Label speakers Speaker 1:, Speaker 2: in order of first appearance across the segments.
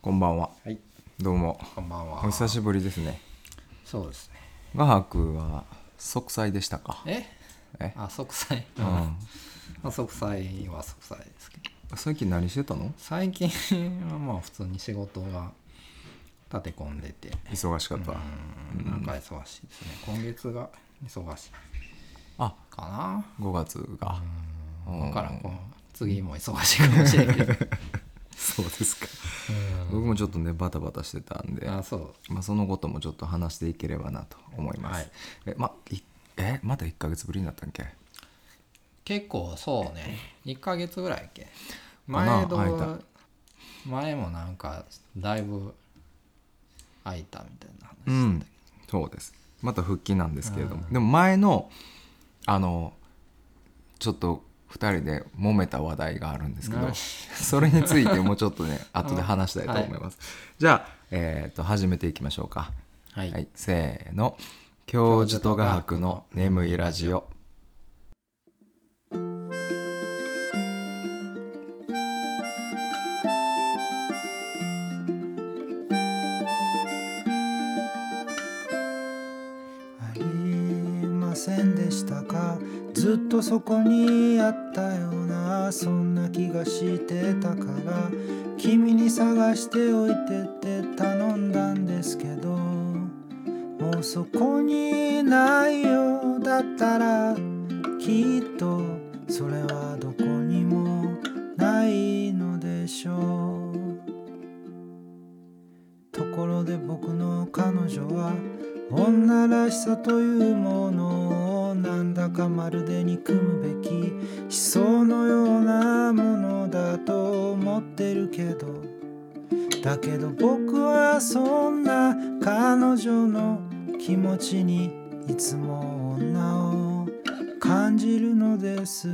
Speaker 1: こんばんは。
Speaker 2: はい、
Speaker 1: どうも。
Speaker 2: こんばんは
Speaker 1: お。久しぶりですね。
Speaker 2: そうですね。
Speaker 1: 画伯は息災でしたか。
Speaker 2: え
Speaker 1: え
Speaker 2: あ、息災。
Speaker 1: うん。
Speaker 2: まあ息災は息災ですけど。
Speaker 1: 最近何してたの
Speaker 2: 最近はまあ普通に仕事が立て込んでて、
Speaker 1: 忙しかった。
Speaker 2: うん、なんか忙しいですね。今月が忙しい
Speaker 1: あ、
Speaker 2: かな。
Speaker 1: 5月が。うん
Speaker 2: だからこの次も忙しいかもしれないけど。
Speaker 1: そうですか。僕もちょっとね、バタバタしてたんで、
Speaker 2: あ、そう。
Speaker 1: まあ、そのこともちょっと話していければなと思います。
Speaker 2: はい
Speaker 1: え、ま、いえ、まだ1ヶ月ぶりになったんけ
Speaker 2: 結構そうね1ヶ月ぐらいやっけ
Speaker 1: かな
Speaker 2: 前ど
Speaker 1: 空いた
Speaker 2: う前もなんかだいぶ空いたみたいな話
Speaker 1: う
Speaker 2: して
Speaker 1: ん、そうですまた復帰なんですけれども
Speaker 2: うん
Speaker 1: でも前のあのちょっと2人で揉めた話題があるんですけど
Speaker 2: うん
Speaker 1: それについてもうちょっ とね後で話したいと思います、じゃあ、えー、と始めていきましょうか
Speaker 2: たは、
Speaker 1: はいい、せーの教授と画伯の眠いラジオ
Speaker 3: ありませんでしたかずっとそこにあったようなそんな気がしてたから君に探しておいてって頼んだんですけどもうそこにないよだったらきっとそれはどこにもないのでしょうところで僕の彼女は女らしさというものをなんだかまるで憎むべき思想のようなものだと思ってるけどだけど僕はそんな彼女の気持ちにいつも女を感じるのです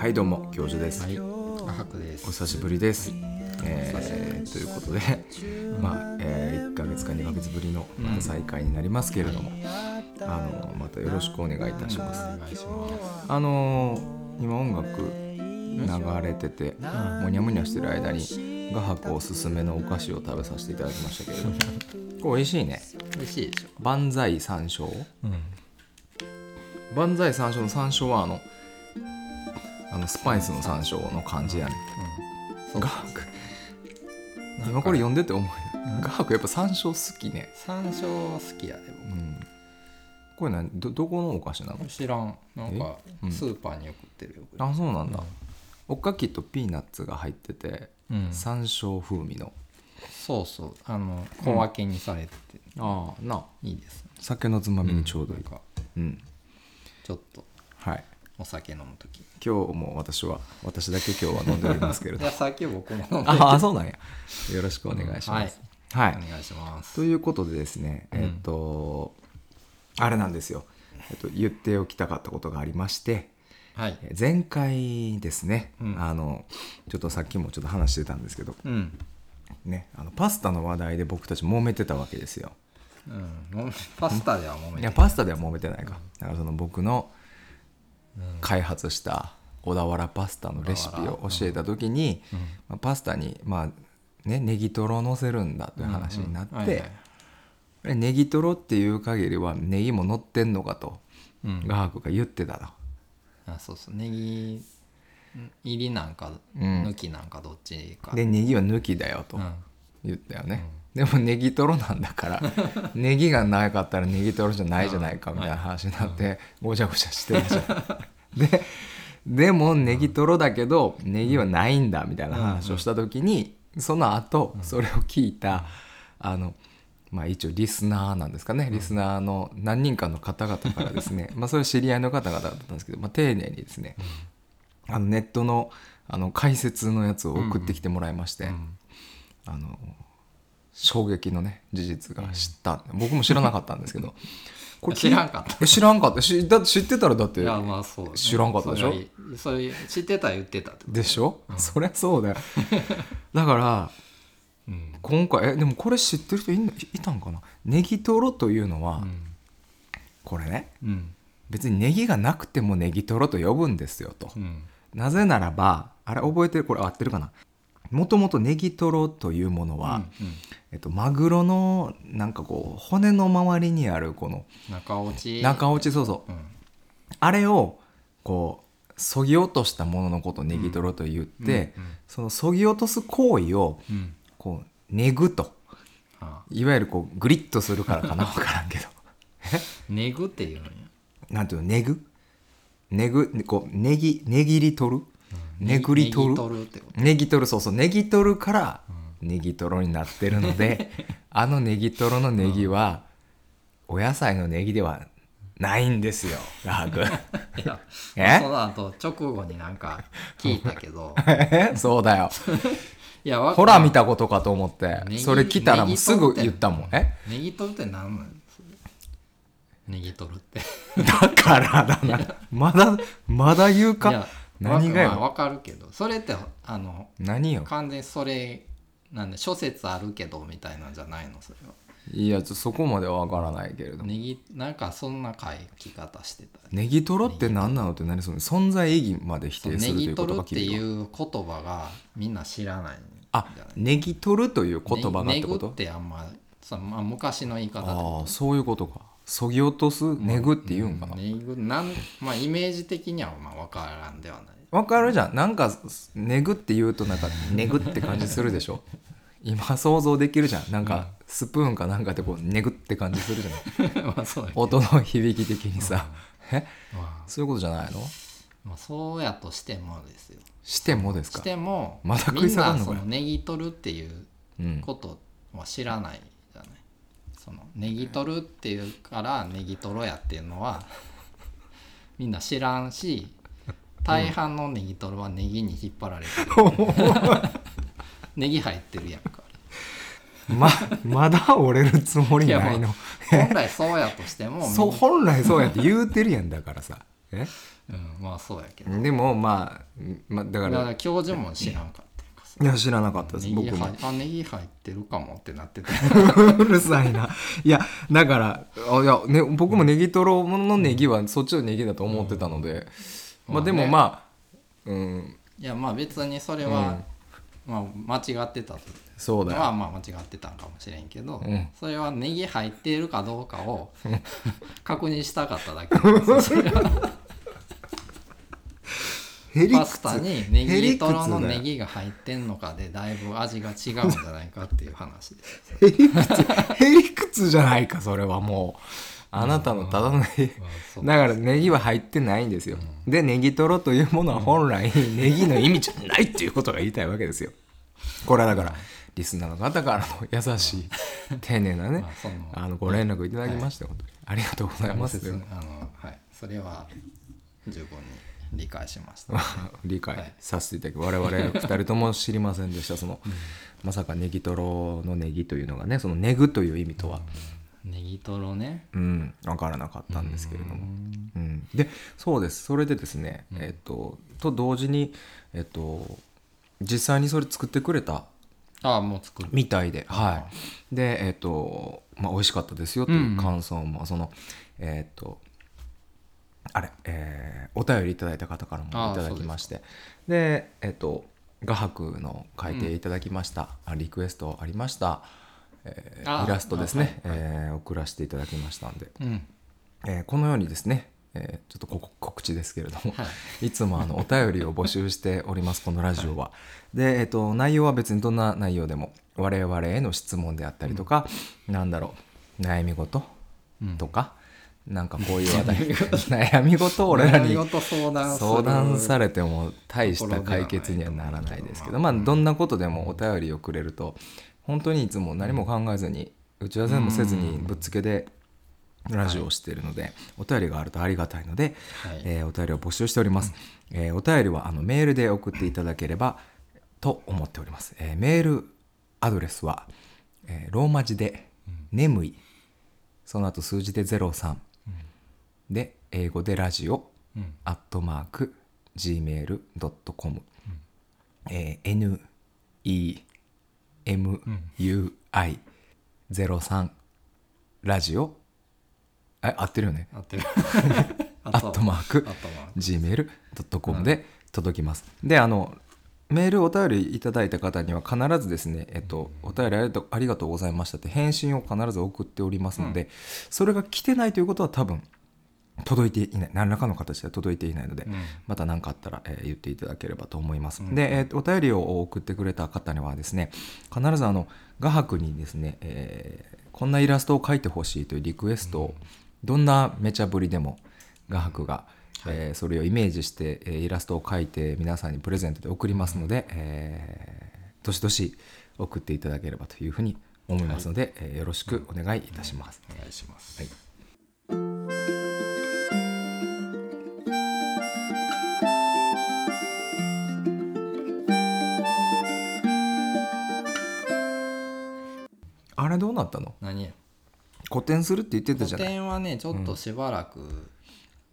Speaker 1: はいどうも教授です
Speaker 2: はい、画伯です
Speaker 1: お久しぶりです、えーということでまあ、え1ヶ月か2ヶ月ぶりのまた再会になりますけれども、あのまたよろしくお願いいたします
Speaker 2: お願いします
Speaker 1: あのー今音楽流れててもにゃもにゃしてる間に画伯おすすめのお菓子を食べさせていただきましたけれどもこれ美味しいね
Speaker 2: 美味しいでしょ
Speaker 1: 万歳山椒万歳山椒の山椒はあのあのスパイスの山椒の感じやね
Speaker 2: そう
Speaker 1: 画伯今これ読んでて思う画伯やっぱ山椒好きね
Speaker 2: 山椒好きやで
Speaker 1: うんこれ何どどこのお菓子なの
Speaker 2: 僕知らんなんか
Speaker 1: えうん
Speaker 2: スーパーに送ってるよこれ
Speaker 1: あそうなんだ
Speaker 2: うん
Speaker 1: おかきとピーナッツが入ってて
Speaker 2: うん
Speaker 1: 山椒風味の
Speaker 2: そうそうあの小分けにされてて
Speaker 1: ああな
Speaker 2: うんいいですね
Speaker 1: 酒のつまみにちょうどい
Speaker 2: ないん
Speaker 1: か
Speaker 2: か
Speaker 1: うん、
Speaker 2: ちょっと
Speaker 1: はい
Speaker 2: お酒飲む時
Speaker 1: 今日も私は私だけ今日は飲んでおりますけれ
Speaker 2: い
Speaker 1: ど
Speaker 2: やさっき僕も飲ん で
Speaker 1: あ あそうなんやよろしくお願いします、はい、
Speaker 2: お願いします
Speaker 1: ということでですね
Speaker 2: うん
Speaker 1: えっと、あれなんですよ、えっと、言っておきたかったことがありまして
Speaker 2: はい
Speaker 1: え前回ですね、
Speaker 2: うん
Speaker 1: あのちょっとさっきもちょっと話してたんですけど
Speaker 2: うん
Speaker 1: ねあのパスタの話題で僕たち揉めてたわけですよ
Speaker 2: うんもうパスタではもめ
Speaker 1: い
Speaker 2: て
Speaker 1: や
Speaker 2: ない
Speaker 1: パスタでは揉めてないか、だからその僕の開発した小田原パスタのレシピを教えた時に、まあパスタにまあねネギトロを乗せるんだという話になって、
Speaker 2: うんうんはいはい
Speaker 1: でネギトロっていう限りはネギも乗ってんのかと
Speaker 2: うん
Speaker 1: 画伯が言ってたと、
Speaker 2: あそうそうネギ入りなんか
Speaker 1: うん
Speaker 2: 抜きなんかどっちか
Speaker 1: でネギは抜きだよと
Speaker 2: うん
Speaker 1: 言ったよね、でもネギトロなんだからネギがなかったらネギトロじゃないじゃないかみたいな話になってごちゃごちゃしてたじゃん。ででもネギトロだけどネギはないんだみたいな話をした時にその後それを聞いたあのまあ一応リスナーなんですかねリスナーの何人かの方々からですねまあそれ知り合いの方々だったんですけどまあ丁寧にですねあのネットのあの解説のやつを送ってきてもらいまして、あの衝撃のね事実が知った、僕も知らなかったんですけ どこ聞い
Speaker 2: 知らんかった
Speaker 1: え知らんかったしだって知ってたらだっ
Speaker 2: い
Speaker 1: て
Speaker 2: やまあそうだね
Speaker 1: 知らんかったでしょ
Speaker 2: それはそれ知ってたら言ってたってこと
Speaker 1: でしょ、そりゃそう だよだから
Speaker 2: うん
Speaker 1: 今回えでもこれ知ってる人いんのいいたんかなネギトロというのは、
Speaker 2: うん
Speaker 1: これね
Speaker 2: うん
Speaker 1: 別にネギがなくてもネギトロと呼ぶんですよと、
Speaker 2: うん
Speaker 1: なぜならばあれ覚えてるこれ合ってるかなもともとネギトロというものは、
Speaker 2: うんうん
Speaker 1: えっと、マグロのなんかこう骨の周りにあるこの
Speaker 2: 中落ち
Speaker 1: 中落ちそうそう
Speaker 2: うん
Speaker 1: あれをこうそぎ落としたもののことをネギトロと言って、そのそぎ落とす行為を
Speaker 2: うんうん
Speaker 1: こうネグと
Speaker 2: あ
Speaker 1: いわゆるこうグリッとするからかな分からんけど
Speaker 2: ネグっていうんや
Speaker 1: なんていうのネグネグこうネギネギり取るネグリ取る
Speaker 2: ネギってこと
Speaker 1: ネギトロそうそうネギトロからネギトロになってるので、あのネギトロのネギは、お野菜のネギではないんですよラハ君
Speaker 2: いや
Speaker 1: え
Speaker 2: その後直後になんか聞いたけ ど
Speaker 1: えそうだよ
Speaker 2: いやわ
Speaker 1: ほら見たことかと思って
Speaker 2: ネギ
Speaker 1: それ来たらもうすぐ言ったもんえ
Speaker 2: ネギトロって何なんネギトロって
Speaker 1: だからだなまだまだ言う
Speaker 2: い
Speaker 1: か
Speaker 2: や
Speaker 1: 何が
Speaker 2: わ
Speaker 1: よ
Speaker 2: まあわかるけどそれってあの
Speaker 1: 何よ
Speaker 2: 完全にそれなんで諸説あるけどみたいなんじゃないのそれはい
Speaker 1: やちょそこまではわからないけれども
Speaker 2: ネギなんかそんな書き方してた
Speaker 1: ネギトロって何なのって何その存在意義まで否
Speaker 2: そう
Speaker 1: 定す
Speaker 2: ネ
Speaker 1: るという
Speaker 2: ギト
Speaker 1: こと
Speaker 2: ロ
Speaker 1: が
Speaker 2: って
Speaker 1: 聞いた
Speaker 2: いう言葉がみんな知らないんじゃ
Speaker 1: あ
Speaker 2: ない
Speaker 1: ネギ取るという言葉がってこ
Speaker 2: ねネグっ
Speaker 1: と
Speaker 2: てあんまそのまあ、昔の言い方って
Speaker 1: あ
Speaker 2: こ
Speaker 1: あそういうことかそぎ落とすネグって言うんか
Speaker 2: と
Speaker 1: な
Speaker 2: ネグなんまあイメージ的にはまあ分からんではない
Speaker 1: わかるじゃんなんかネグって言うとなんかネグって感じするでし ょ今想像できるじゃんなんかスプーンかなんかでこうネグって感じするじゃない
Speaker 2: まあそうや
Speaker 1: 音の響き的にさえ
Speaker 2: まあ
Speaker 1: そういうことじゃないの
Speaker 2: まあそうやとしてもですよ
Speaker 1: してもです
Speaker 2: し
Speaker 1: か
Speaker 2: ても
Speaker 1: まだ食い下がんのかよ
Speaker 2: みんなそのネギ取るっていう
Speaker 1: うん
Speaker 2: ことは知らないじゃないそのネギ取るっていうからネギ取ろやっていうのは みんな知らんし大半のネギ取るはネギに引っ張られて る、ネギ入ってるやんか
Speaker 1: ままだ折れるつもりない
Speaker 2: いや
Speaker 1: の
Speaker 2: も本来そうやとしても
Speaker 1: そう本来そうやって言うてるやんだからさえ
Speaker 2: みんなうん、まあそうやけど
Speaker 1: でもまあ、まあ、だか
Speaker 2: だ
Speaker 1: ら
Speaker 2: から教授も知らんかった やんかさ
Speaker 1: いや知らなかったです
Speaker 2: ネギ
Speaker 1: 僕も
Speaker 2: 入あネギ入ってるかもってな ってた
Speaker 1: うるさいないやだからあいや、ね、僕もネギトロのネギはそっちのネギだと思ってたので、
Speaker 2: うん
Speaker 1: まあでもまあ、うん
Speaker 2: いやまあ別にそれは、まあ、間違ってたと
Speaker 1: そうだ
Speaker 2: まあ
Speaker 1: よ
Speaker 2: まあ間違ってたんかもしれんけど、
Speaker 1: ん
Speaker 2: それはネギ入っているかどうか を確認したかっただけなんですよそれは
Speaker 1: ヘリ
Speaker 2: パ
Speaker 1: ク
Speaker 2: ス
Speaker 1: ツ
Speaker 2: タにネ
Speaker 1: ヘリ
Speaker 2: ギ
Speaker 1: ク
Speaker 2: ト
Speaker 1: ツ
Speaker 2: ロの
Speaker 1: だ
Speaker 2: ネ
Speaker 1: よ
Speaker 2: ギが入ってんのかでだいぶ味が違うんじゃないかっていう話です
Speaker 1: ヘリクツヘリクツじゃないかそれはもうあなたのただのヘリ
Speaker 2: まあそう
Speaker 1: だからネギは入ってないんですよ、でネギトロというものは本来ネギの意味じゃないっていうことが言いたいわけですよこれはだからリスナーの方からの優しい丁寧なね
Speaker 2: まあその
Speaker 1: あのご連絡いただきまして、本当にありがとうございます
Speaker 2: あのはいそれは十分に理解しました、
Speaker 1: 理
Speaker 2: は
Speaker 1: 解
Speaker 2: い
Speaker 1: させていただき、我々2人とも知りませんでしたその、まさかネギトロのネギというのがねそのネグという意味とは、
Speaker 2: ネギトロね
Speaker 1: うん、分からなかったんですけれども、うん、でそうですそれでですね、えっとと同時に、えっと実際にそれ作ってくれた
Speaker 2: ああもう作る
Speaker 1: みたいで、はい、でえっと、まあ、美味しかったですよと
Speaker 2: うん
Speaker 1: いううん感想も、そのえっとあれ、えーお便りいただいた方からも
Speaker 2: あー
Speaker 1: いただきましてでえっと画伯の書いていただきました、あリクエストありました、えー
Speaker 2: あー
Speaker 1: イラストですね、
Speaker 2: あはい
Speaker 1: えー送らせていただきましたんで
Speaker 2: うん
Speaker 1: えーこのようにですね、えーちょっとここ告知ですけれども、、
Speaker 2: はい
Speaker 1: つもあのお便りを募集しておりますこのラジオは。で、えー、と内容は別にどんな内容でも我々への質問であったりとか、なんだろう悩み事
Speaker 2: うん
Speaker 1: とか、なんかこういう話題 悩み事を俺らに
Speaker 2: 悩み事相談する
Speaker 1: 相談されても大した解決にはならないですけどまあどんなことでもお便りをくれると本当にいつも何も考えずに打ち合わせもせずにぶっつけでラジオをしているのでお便りがあるとありがたいので
Speaker 2: はい
Speaker 1: えーお便りを募集しておりますえーお便りはあのメールで送っていただければと思っておりますえーメールアドレスはえーローマ字で「眠い」その後数字で03で英語で「ラジオ」
Speaker 2: うん
Speaker 1: アットマーク gmail.com、えー nemui03 ラジオえ合ってるよね
Speaker 2: 合ってる
Speaker 1: アットマーク
Speaker 2: あとは
Speaker 1: gmail.com で届きます、であのメールお便りいただいた方には必ずですね、えっと、お便りありがとうありがとうございましたって返信を必ず送っておりますので、それが来てないということは多分届いていない何らかの形で届いていないので、
Speaker 2: うん
Speaker 1: また何かあったら、えー言っていただければと思います。
Speaker 2: うん
Speaker 1: で、えーお便りを送ってくれた方にはですね必ずあの画伯にですね、えーこんなイラストを描いてほしいというリクエストを、どんなめちゃぶりでも画伯が、えーそれをイメージして、えーイラストを描いて皆さんにプレゼントで送りますので、えーどしどし送っていただければというふうに思いますので、えーよろしくお願いいたします。
Speaker 2: お願いします、
Speaker 1: はいあれどうなったの
Speaker 2: 何や
Speaker 1: 個展するって言ってたじ
Speaker 2: 個
Speaker 1: ゃない
Speaker 2: 展はねちょっとしばらく、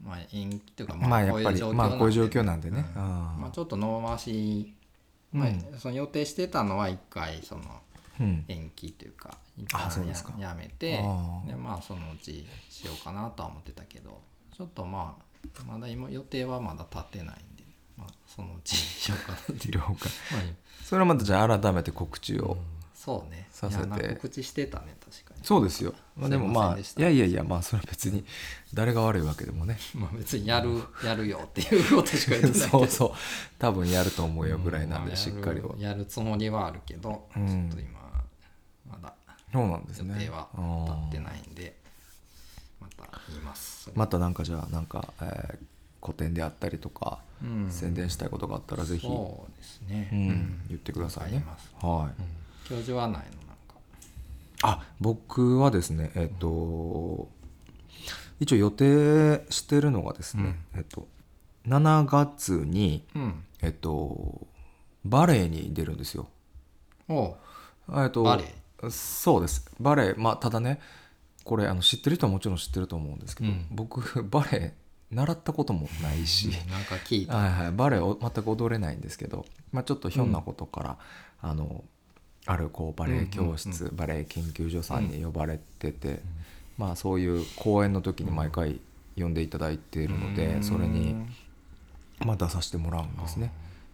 Speaker 2: まあ延期っていうか
Speaker 1: まあやっぱりまあこういう状況なんでね。あー
Speaker 2: まあ、ちょっと脳回し、まあ
Speaker 1: うん
Speaker 2: その予定してたのは一回その
Speaker 1: うん
Speaker 2: 延期というか一
Speaker 1: あ
Speaker 2: 旦
Speaker 1: そうですか
Speaker 2: ややめて
Speaker 1: あー
Speaker 2: でまあそのうちしようかなとは思ってたけどちょっとまあまだ今予定はまだ立てないんで、まあ、そのうちしようかなっていう、
Speaker 1: 了解
Speaker 2: まあいい
Speaker 1: それ はまたじゃあ改めて告知を、
Speaker 2: そうね
Speaker 1: させて
Speaker 2: いやなんか告知してたね確かに
Speaker 1: そうですよ、まあ、でもまあ
Speaker 2: すいませんで
Speaker 1: い
Speaker 2: した
Speaker 1: やいやいやまあそれは別に誰が悪いわけで もね
Speaker 2: まあ別にやるやるよっていうことしか言ってないけど
Speaker 1: そうそう多分やると思うよぐらいなんで、
Speaker 2: まあ
Speaker 1: しっかり
Speaker 2: や
Speaker 1: は
Speaker 2: るやるつもりはあるけど、
Speaker 1: うん
Speaker 2: ちょっと今まだ
Speaker 1: そうなんです
Speaker 2: 予
Speaker 1: ね
Speaker 2: 定は立ってないんで、また言います
Speaker 1: あーまたなんかじゃあなんか、えー、個展であったりとか、
Speaker 2: うん
Speaker 1: 宣伝したいことがあったらぜひ、う
Speaker 2: そうですね、
Speaker 1: ん言ってください
Speaker 2: わ
Speaker 1: ね
Speaker 2: かります
Speaker 1: はい、
Speaker 2: 教授はないのなんか
Speaker 1: あ僕はですねえっ、と一応予定してるのがですね、えっと7月に
Speaker 2: うん
Speaker 1: えっとバレエに出るんですよ。
Speaker 2: おう
Speaker 1: えっと
Speaker 2: バレ
Speaker 1: そうですバレエまあただねこれあの知ってる人はもちろん知ってると思うんですけど、
Speaker 2: うん
Speaker 1: 僕 バレエ習ったこともない し。
Speaker 2: なんか聞いた、
Speaker 1: はいはい、バレエを全く踊れないんですけど、まあ、ちょっとひょんなことから、あのあるこうバレエ教室、バレエ研究所さんに呼ばれてて、まあ、そういう講演の時に毎回呼んでいただいているので、
Speaker 2: うん
Speaker 1: それに、まあ、出させてもらうんですね。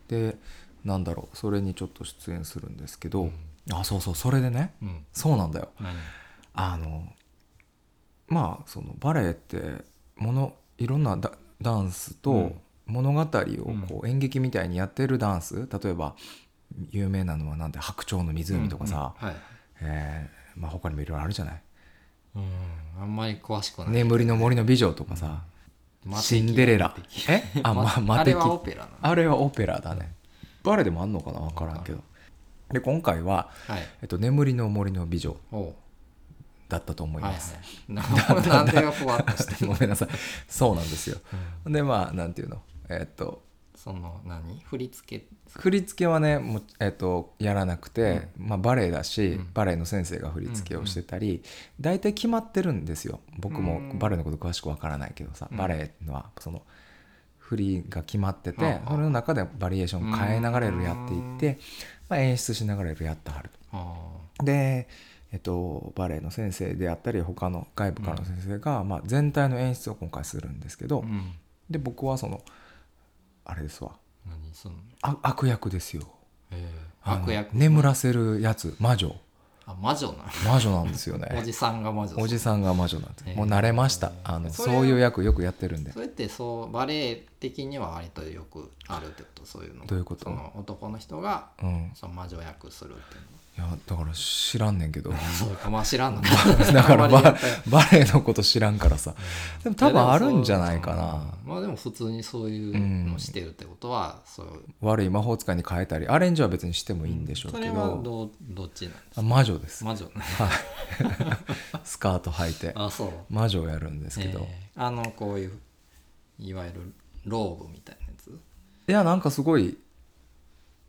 Speaker 1: でなんだろうそれにちょっと出演するんですけど、あそうそうそれでね
Speaker 2: うん、
Speaker 1: そうなんだよ
Speaker 2: 何
Speaker 1: あのまあそのバレエってものいろんなダダンスと物語をこう演劇みたいにやってるダンス、例えば有名なのはなんで「白鳥の湖」とかさ、
Speaker 2: うんはい、
Speaker 1: えーまあ、他にもいろいろあるじゃない
Speaker 2: うん、あんまり詳しく
Speaker 1: 「
Speaker 2: ない、
Speaker 1: 眠りの森の美女」とかさ「
Speaker 2: 魔石
Speaker 1: シンデレラ」えあ
Speaker 2: あ,、
Speaker 1: まあ
Speaker 2: あ
Speaker 1: 魔
Speaker 2: れ
Speaker 1: 的
Speaker 2: はオペラなの
Speaker 1: あれはオペラだねバレエでもあんのかな分からんけどで今回は
Speaker 2: はい
Speaker 1: 「えっと、眠りの森の美女
Speaker 2: おう」
Speaker 1: だったと思い
Speaker 2: はい
Speaker 1: ま
Speaker 2: はい
Speaker 1: す、
Speaker 2: な なんでがふわっとしてる
Speaker 1: ごめんなさいそうなんですよ、でまあなんていうのえっと
Speaker 2: その何振り付け
Speaker 1: 振り付けはねもう、えっとやらなくて、まあ、バレエだし、バレエの先生が振り付けをしてたり、大体決まってるんですよ僕も
Speaker 2: うん
Speaker 1: バレエのこと詳しくわからないけどさ、
Speaker 2: うん
Speaker 1: バレエのはその振りが決まってて、
Speaker 2: はあはあ
Speaker 1: それの中でバリエーション変えながらいろいろやっていって、まあ、演出しながらいろいろやってはる
Speaker 2: ああ
Speaker 1: で、えっと、バレエの先生であったり他の外部からの先生が、まあ、全体の演出を今回するんですけど、
Speaker 2: うん
Speaker 1: で僕はそのあれですわ
Speaker 2: 何その
Speaker 1: あ悪役ですよ
Speaker 2: え
Speaker 1: あの
Speaker 2: 悪役
Speaker 1: 眠らせるやつ魔女
Speaker 2: あ魔女
Speaker 1: 魔女なんですよ
Speaker 2: な お
Speaker 1: ね
Speaker 2: じさんが魔女
Speaker 1: おじさんが魔女なんです、
Speaker 2: へえ
Speaker 1: もう慣れましたあの
Speaker 2: そ
Speaker 1: そ
Speaker 2: れは
Speaker 1: ういう役よくやってるんで
Speaker 2: それってそうバレエ的には割とよくあるってことそういうの
Speaker 1: どういうこと
Speaker 2: その男の人が
Speaker 1: うん
Speaker 2: その魔女役するって いう
Speaker 1: いやだから知らんねんけど
Speaker 2: のそうかまあ知らんのか
Speaker 1: だから
Speaker 2: あんま
Speaker 1: バ
Speaker 2: りやったら
Speaker 1: バレエのこと知らんからさでも多分あるんじゃないか
Speaker 2: やでも
Speaker 1: な
Speaker 2: そうまあでも普通にそういうのしてるってことは、そう
Speaker 1: 悪い魔法使いに変えたりアレンジは別にしてもいいんでしょう
Speaker 2: そ
Speaker 1: け
Speaker 2: れは
Speaker 1: ど
Speaker 2: どうどっちなんです
Speaker 1: あ
Speaker 2: か
Speaker 1: 魔女です
Speaker 2: 魔女
Speaker 1: スカート履いて
Speaker 2: あそう
Speaker 1: 魔女をやるんですけど、
Speaker 2: えーあのこういういわゆるローブみたいなやつ
Speaker 1: いやなんかすごい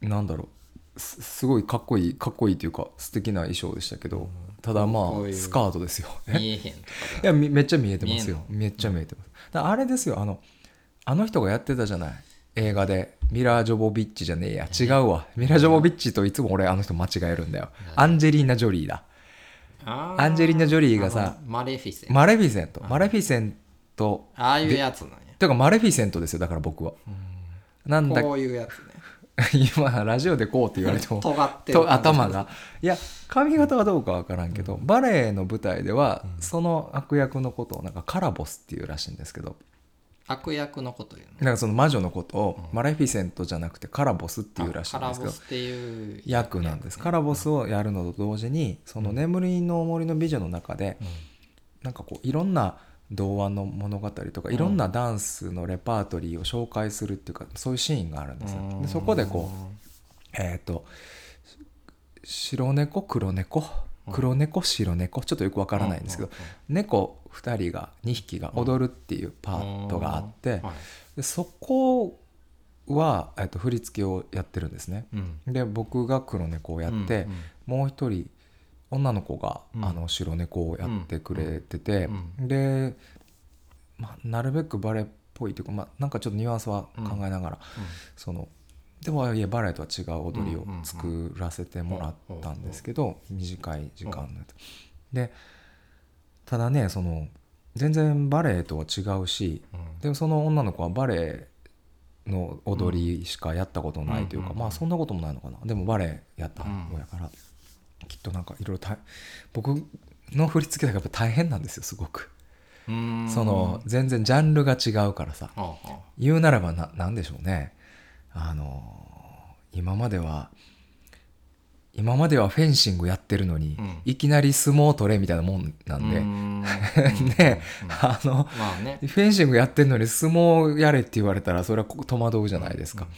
Speaker 1: なんだろうすすごいかっこいいかっこいいというか素敵な衣装でしたけど、ただま
Speaker 2: こうい
Speaker 1: あ
Speaker 2: う
Speaker 1: スカートですよ
Speaker 2: 見えへんとかじゃ
Speaker 1: いやみめっちゃ見えてますよ
Speaker 2: 見
Speaker 1: めっちゃ見えてますだからあれですよあのあの人がやってたじゃない映画でミラー・ジョボビッチじゃねえや違うわミラー・ジョボビッチといつも俺あの人間違えるんだよアンジェリーナ・ジョリーだ
Speaker 2: あ
Speaker 1: アンジェリーナ・ジョリーがさ
Speaker 2: あのマレフィセン
Speaker 1: マレフィセントマレフィセント
Speaker 2: ああいうやつなんや
Speaker 1: てかマレフィセントですよだから僕はなんだ
Speaker 2: こういうやつね
Speaker 1: 今ラジオでこうって言われても
Speaker 2: 尖ってる
Speaker 1: と頭がいや髪型はどうかわからんけど、バレエの舞台では、その悪役のことをなんかカラボスっていうらしいんですけど
Speaker 2: 悪役のこと言うの
Speaker 1: なんかその魔女のことを、マレフィセントじゃなくてカラボスっていうらしいんです
Speaker 2: カ
Speaker 1: け
Speaker 2: ラボ
Speaker 1: ど
Speaker 2: スっていう
Speaker 1: 役なんですカラボスをやるのと同時にその「眠りの森の美女」の中で、なんかこういろんな童話の物語とかいろんなダンスのレパートリーを紹介するっていうかそういうシーンがあるんですよ。でそこでこうえっ、とし白猫黒猫黒猫白猫ちょっとよくわからないんですけど、猫2人が2匹が踊るっていうパートがあって、
Speaker 2: はい
Speaker 1: でそこは、えっと振り付けをやってるんですね。
Speaker 2: うん
Speaker 1: で僕が黒猫をやって、もう一人女の子が、
Speaker 2: うん
Speaker 1: あの白猫をやってくれてて、
Speaker 2: うん
Speaker 1: で、まあ、なるべくバレエっぽいというか、まあ、なんかちょっとニュアンスは考えながら、そのでもいえバレエとは違う踊りを作らせてもらったんですけど、短い時間のやつでただねその全然バレエとは違うし
Speaker 2: うんうん
Speaker 1: でもその女の子はバレエの踊りしかやったことないというか、
Speaker 2: うんうんうん
Speaker 1: まあそんなこともないのかなでもバレエやった
Speaker 2: うん
Speaker 1: 方やから、きっとなんかいろいろ大僕の振り付けがやっぱ大変なんですよすごく、
Speaker 2: うーん
Speaker 1: その全然ジャンルが違うからさ
Speaker 2: ああ
Speaker 1: 言うならばななんでしょうねあの今までは今まではフェンシングやってるのに、
Speaker 2: うん
Speaker 1: いきなり相撲取れみたいなもんなんで、
Speaker 2: うーん
Speaker 1: ね、
Speaker 2: うん
Speaker 1: あの
Speaker 2: まあね
Speaker 1: フェンシングやってんのに相撲やれって言われたらそれは戸惑うじゃないですか、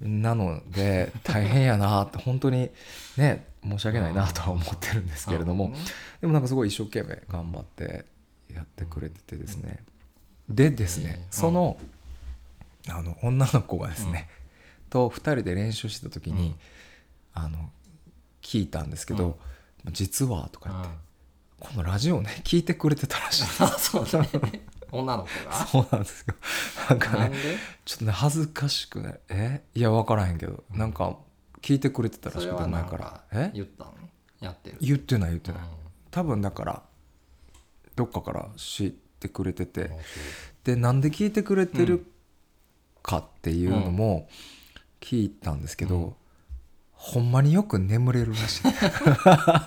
Speaker 1: なので大変やなって本当にね申し訳ないなとは思ってるんですけれども、
Speaker 2: なるほ
Speaker 1: でもなんかすごい一生懸命頑張ってやってくれててですね、でですね、
Speaker 2: うん
Speaker 1: そのあの女の子がですね、と2人で練習してた時に、
Speaker 2: うん
Speaker 1: あの聞いたんですけど「実は」とか言って、このラジオね聞いてくれてたらしいんです
Speaker 2: うん そうだね女の子が
Speaker 1: そうなんですよなんか
Speaker 2: な
Speaker 1: ね
Speaker 2: んで
Speaker 1: ちょっとね恥ずかしくねえいや分からへんけどなんか聞いてくれてたら
Speaker 2: そ
Speaker 1: し
Speaker 2: れ
Speaker 1: くて
Speaker 2: はな
Speaker 1: 前
Speaker 2: ん
Speaker 1: から
Speaker 2: か
Speaker 1: え
Speaker 2: 言ったのやってる
Speaker 1: 言ってない言って
Speaker 2: うん
Speaker 1: ない多分だからどっかから知ってくれててでなんで聞いてくれてるかっていうのも聞いたんですけど、ほんまによく眠れるらしい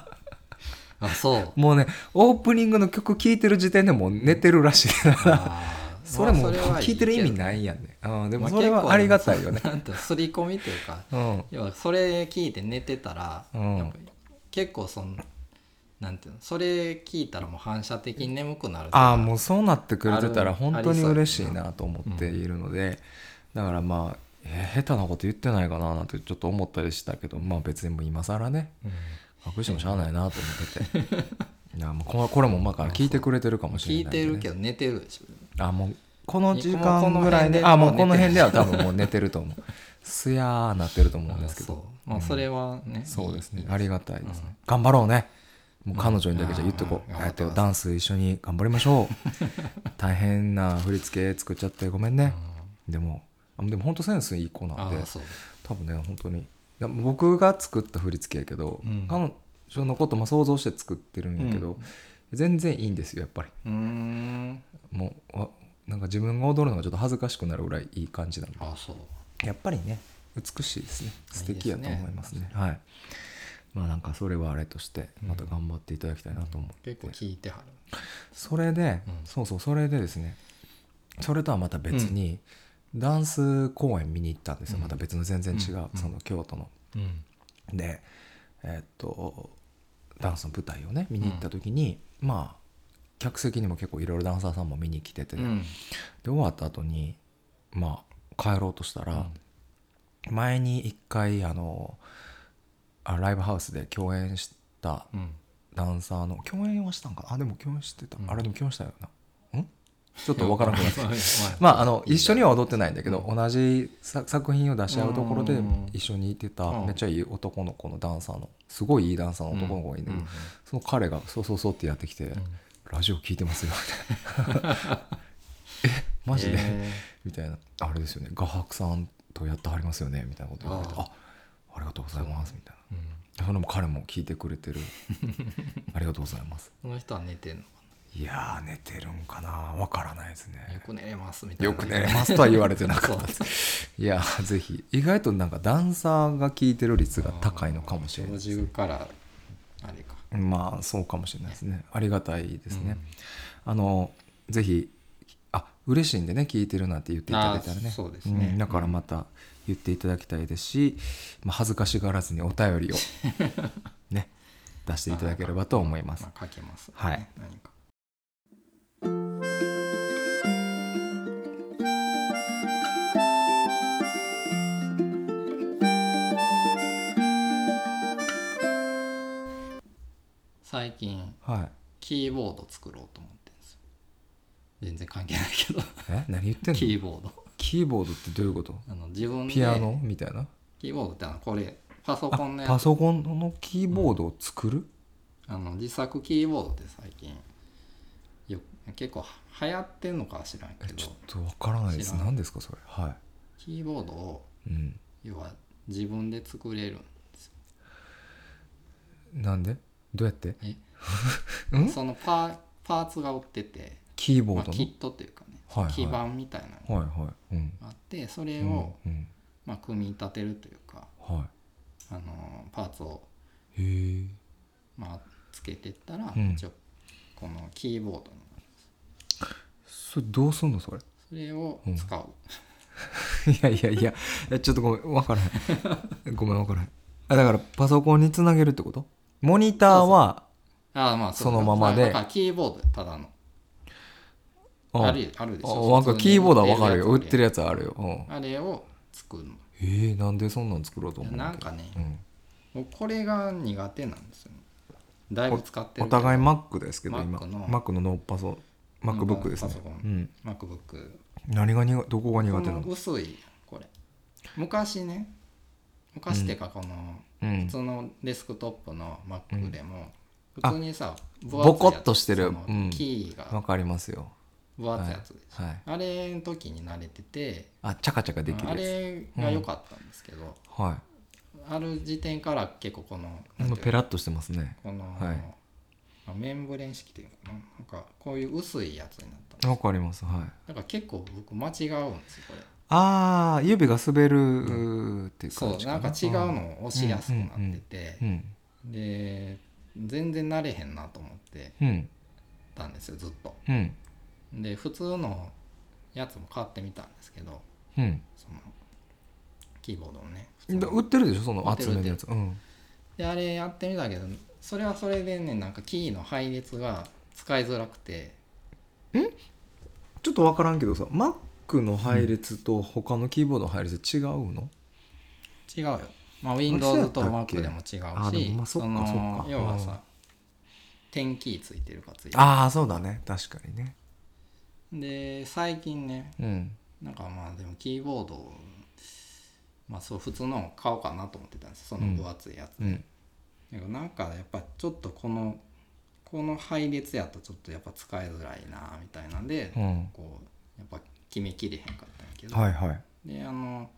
Speaker 2: あそう
Speaker 1: もうねオープニングの曲聴いてる時点でもう寝てるらしい
Speaker 2: あー
Speaker 1: それも
Speaker 2: まあは
Speaker 1: 聞いてる意味ないいやんねうんで
Speaker 2: け
Speaker 1: も
Speaker 2: ど
Speaker 1: それはありがたいよね
Speaker 2: まあ結構なんて刷り込みというか
Speaker 1: うん
Speaker 2: 要はそれ聞いて寝てたら、
Speaker 1: うん
Speaker 2: やっぱり結構そのなんていうのそれ聞いたらもう反射的に眠くなる
Speaker 1: ああもうそうなってくれてたら
Speaker 2: ある
Speaker 1: 本
Speaker 2: あ
Speaker 1: 当
Speaker 2: り
Speaker 1: に
Speaker 2: そうやな
Speaker 1: 嬉しいなと思っているので、だからまあ、えー下手なこと言ってないかななんてちょっと思ったりしたけどまあ別にもう今更ね隠してもしゃあないなと思って ていやもうこれこれもまあから聞いてくれてるかもし
Speaker 2: 聞
Speaker 1: れない
Speaker 2: い
Speaker 1: んで
Speaker 2: て
Speaker 1: ね、
Speaker 2: るけど寝てるでしょ
Speaker 1: あもうこの時間ぐらいで
Speaker 2: もうこの辺で
Speaker 1: あもうこ
Speaker 2: も
Speaker 1: の辺では多分も
Speaker 2: う寝てる
Speaker 1: う寝てると思うすやーなってると思うんですけど
Speaker 2: そうまあそれはね、
Speaker 1: そうです
Speaker 2: い
Speaker 1: ね
Speaker 2: い。
Speaker 1: ありがたいですね。頑張ろうね。もう彼女にだけじゃ言っとこう。
Speaker 2: うん
Speaker 1: えっと、ダンス一緒に頑張りましょう。 大変な振り付け作っちゃってごめんね。でも、あでも本当センスいい子なん
Speaker 2: あ
Speaker 1: で
Speaker 2: あ、そう
Speaker 1: 多分ね、本当に。いや僕が作った振り付けやけど、
Speaker 2: うん
Speaker 1: 彼女のことも想像して作ってるんやけど、全然いいんですよ、やっぱり。
Speaker 2: うーん
Speaker 1: もう、わなんか自分が踊るのがちょっと恥ずかしくなるぐらいいい感じなんで。
Speaker 2: ああそう
Speaker 1: やっぱりね美しいですね素敵やと思いますねはいまあなんかそれはあれとしてまた頑張っていただきたいなと思って、
Speaker 2: 結構聞いてはる
Speaker 1: それで、
Speaker 2: うん
Speaker 1: そうそうそれでですねそれとはまた別に、ダンス公演見に行ったんですよまた別の全然違う、その京都の
Speaker 2: うん
Speaker 1: でえっとダンスの舞台をね見に行った時に、まあ客席にも結構いろいろダンサーさんも見に来てて、
Speaker 2: うん
Speaker 1: で終わった後にまあ帰ろうとしたら、前に一回あのあライブハウスで共演した
Speaker 2: うん
Speaker 1: ダンサーの共演はしたんかなあでも共演してた、あれでも共演したよなうんちょっと分からなくな ってきたまああの一緒には踊ってないんだけど、同じさ作品を出し合うところで
Speaker 2: うん
Speaker 1: 一緒にいてた、
Speaker 2: うん
Speaker 1: めっちゃいい男の子のダンサーのすごいいいダンサーの男の子がいるんだけど、
Speaker 2: うん
Speaker 1: その彼が「そうそうそう」ってやってきて「ラジオ聞いてますよ」みたいな「えマジで、
Speaker 2: え
Speaker 1: みたいな「あれですよね画伯さんとやってはりますよね」みたいなこと言われて「あ
Speaker 2: ああ
Speaker 1: ありがとうございます」みたい
Speaker 2: ーうん
Speaker 1: なそれも彼も聞いてくれてる「ありがとうございます
Speaker 2: この人は寝てんのか」
Speaker 1: いいやー寝てるんかなわからないです
Speaker 2: よ
Speaker 1: ね
Speaker 2: く寝れますみたいな
Speaker 1: よく寝れますとは言われてなかったで
Speaker 2: そ
Speaker 1: すいやーぜひ意外となんかダンサーが聴いてる率が高いのかもしれないです
Speaker 2: 50からあれか
Speaker 1: まあそうかもしれないですねありがたいですね、あのぜひあ嬉しいんでね聞いてるなんて言っていただいたらね
Speaker 2: あそうですね
Speaker 1: んだからまた言っていただきたいですし、まあ、恥ずかしがらずにお便 りをね出していただければと思います
Speaker 2: まあ書けます、
Speaker 1: はい
Speaker 2: 何か最近
Speaker 1: はい
Speaker 2: キーボード作ろうと思ってるんですよ全然関係ない けど
Speaker 1: え何言ってん
Speaker 2: キ
Speaker 1: の
Speaker 2: ーボード
Speaker 1: キーボードってどういうこと
Speaker 2: あの自分で
Speaker 1: ピアノみたいな
Speaker 2: キーボードってあのこれパソ
Speaker 1: あ
Speaker 2: コンのやつ
Speaker 1: パソコンのキーボードを作る、
Speaker 2: あの自作キーボードって最近よ結構流行ってんのかは知らん
Speaker 1: え
Speaker 2: け
Speaker 1: ちょっ
Speaker 2: ど
Speaker 1: とわからないで
Speaker 2: 知
Speaker 1: す
Speaker 2: らん
Speaker 1: 何ですかそれは
Speaker 2: キーボードを
Speaker 1: い、うん、
Speaker 2: 要は自分で作れる
Speaker 1: なんでどうやって
Speaker 2: え
Speaker 1: ん
Speaker 2: そのパーパーツが売ってて、
Speaker 1: キーボ
Speaker 2: ま
Speaker 1: ー
Speaker 2: あ、
Speaker 1: ドの
Speaker 2: キットというかね、
Speaker 1: はいはい
Speaker 2: 基板みたいなの
Speaker 1: はいはい。うん。
Speaker 2: があってそれを、
Speaker 1: うんうん
Speaker 2: まあ、組み立てるというか、
Speaker 1: は
Speaker 2: あのーパーツを、
Speaker 1: い。へえ。
Speaker 2: まあ、つけてったら、
Speaker 1: うん
Speaker 2: 一応このキーボードに
Speaker 1: それどうすんのそれ。
Speaker 2: それを使う、
Speaker 1: いやいやいや。えちょっとごめんわからない。ごめんわからない。あだからパソコンにつなげるってこと？モニターは
Speaker 2: ああまあう
Speaker 1: そのままで
Speaker 2: だからキーボードただのあるあるでし
Speaker 1: あ
Speaker 2: ょ
Speaker 1: わかるキーボードはわかるよ。売っ
Speaker 2: 普通に
Speaker 1: てるやつあるよ。うん
Speaker 2: あれを作るの
Speaker 1: へえなんでそんなん作ろうと思う
Speaker 2: な
Speaker 1: わ
Speaker 2: ん
Speaker 1: け
Speaker 2: かね
Speaker 1: うん。
Speaker 2: 僕これが苦手なんですよねだいぶ使って
Speaker 1: お
Speaker 2: るけど
Speaker 1: 互い Mac ですけど今
Speaker 2: Mac の
Speaker 1: Mac のノーパソ MacBook ですね
Speaker 2: パソコン。
Speaker 1: うん。
Speaker 2: MacBook
Speaker 1: 何が苦どこが苦
Speaker 2: こ
Speaker 1: 手な
Speaker 2: の
Speaker 1: の？
Speaker 2: 薄いこれ昔ね昔ってかこの
Speaker 1: うん
Speaker 2: 普。通のデスクトップの Mac でも
Speaker 1: あ
Speaker 2: 普通にさ分厚いやつ
Speaker 1: ボコッとしてる
Speaker 2: その
Speaker 1: うん
Speaker 2: キー
Speaker 1: わ
Speaker 2: が
Speaker 1: かりますよ。
Speaker 2: 分厚いやつでしょ
Speaker 1: はい。
Speaker 2: あれの時に慣れてて
Speaker 1: あチャカチャカでき
Speaker 2: あ
Speaker 1: るや
Speaker 2: れが良かったんですけど
Speaker 1: つ。はい。
Speaker 2: ある時点から結構このなんて
Speaker 1: 今
Speaker 2: いうの
Speaker 1: ペラッとしてますね
Speaker 2: この、
Speaker 1: はい
Speaker 2: まあメンブレン式っていうのかななんかこういう薄いやつになったんです
Speaker 1: わかりますはい
Speaker 2: だから結構僕間違うんですよこれ
Speaker 1: ああ指が滑るっていう
Speaker 2: そ
Speaker 1: 感
Speaker 2: う
Speaker 1: じ
Speaker 2: なんか違うのを押しやすくなってて、
Speaker 1: うん
Speaker 2: で全然慣れへんなと思って
Speaker 1: うん
Speaker 2: たんですよずっと
Speaker 1: うん
Speaker 2: で普通のやつも買ってみたんですけど
Speaker 1: うん
Speaker 2: そのキーボードをね普通
Speaker 1: で
Speaker 2: の
Speaker 1: 売ってるでしょその厚めのやつうん
Speaker 2: であれやってみたけどそれはそれでねなんかキーの配列が使いづらくて
Speaker 1: ちょっと分からんけどさ Mac の配列と他のキーボードの配列違うの
Speaker 2: 違うよ、まあ、Windows と
Speaker 1: そうやったっけ
Speaker 2: Mac でも違
Speaker 1: あ
Speaker 2: う
Speaker 1: でも
Speaker 2: し
Speaker 1: まあそっかそっか
Speaker 2: の要は
Speaker 1: うん
Speaker 2: さ点キーついてるかついてる
Speaker 1: ああそうだね確かにね
Speaker 2: で最近ね
Speaker 1: うん
Speaker 2: なんかまあでもキーボードをまあそう普通の買おうかなと思ってたんですその分厚いやつ、
Speaker 1: うん
Speaker 2: だけどなんかやっぱちょっとこのこの配列やとちょっとやっぱ使いづらいなみたいなんで、
Speaker 1: うん
Speaker 2: こうやっぱ決めきれへんかったんやけど、
Speaker 1: はいはい
Speaker 2: であの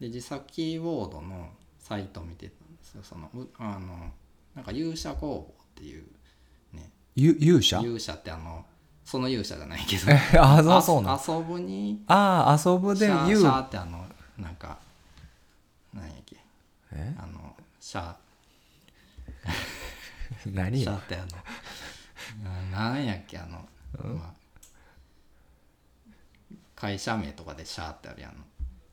Speaker 2: で自作キーボードのサイトを見てたんですよそのうあのなんか勇者工房っていうね
Speaker 1: ゆ勇者
Speaker 2: 勇者ってあのその勇者じゃないけど
Speaker 1: ああそうそうな
Speaker 2: あ遊ぶに
Speaker 1: ああー遊ぶ
Speaker 2: シ
Speaker 1: で
Speaker 2: ャーシ
Speaker 1: 勇
Speaker 2: ャーってあのなんかなんやっけ
Speaker 1: え
Speaker 2: あのシャー
Speaker 1: 何
Speaker 2: シャー
Speaker 1: や
Speaker 2: ってあのななんやっけあの、まあ会社名とかでシャーってあるやん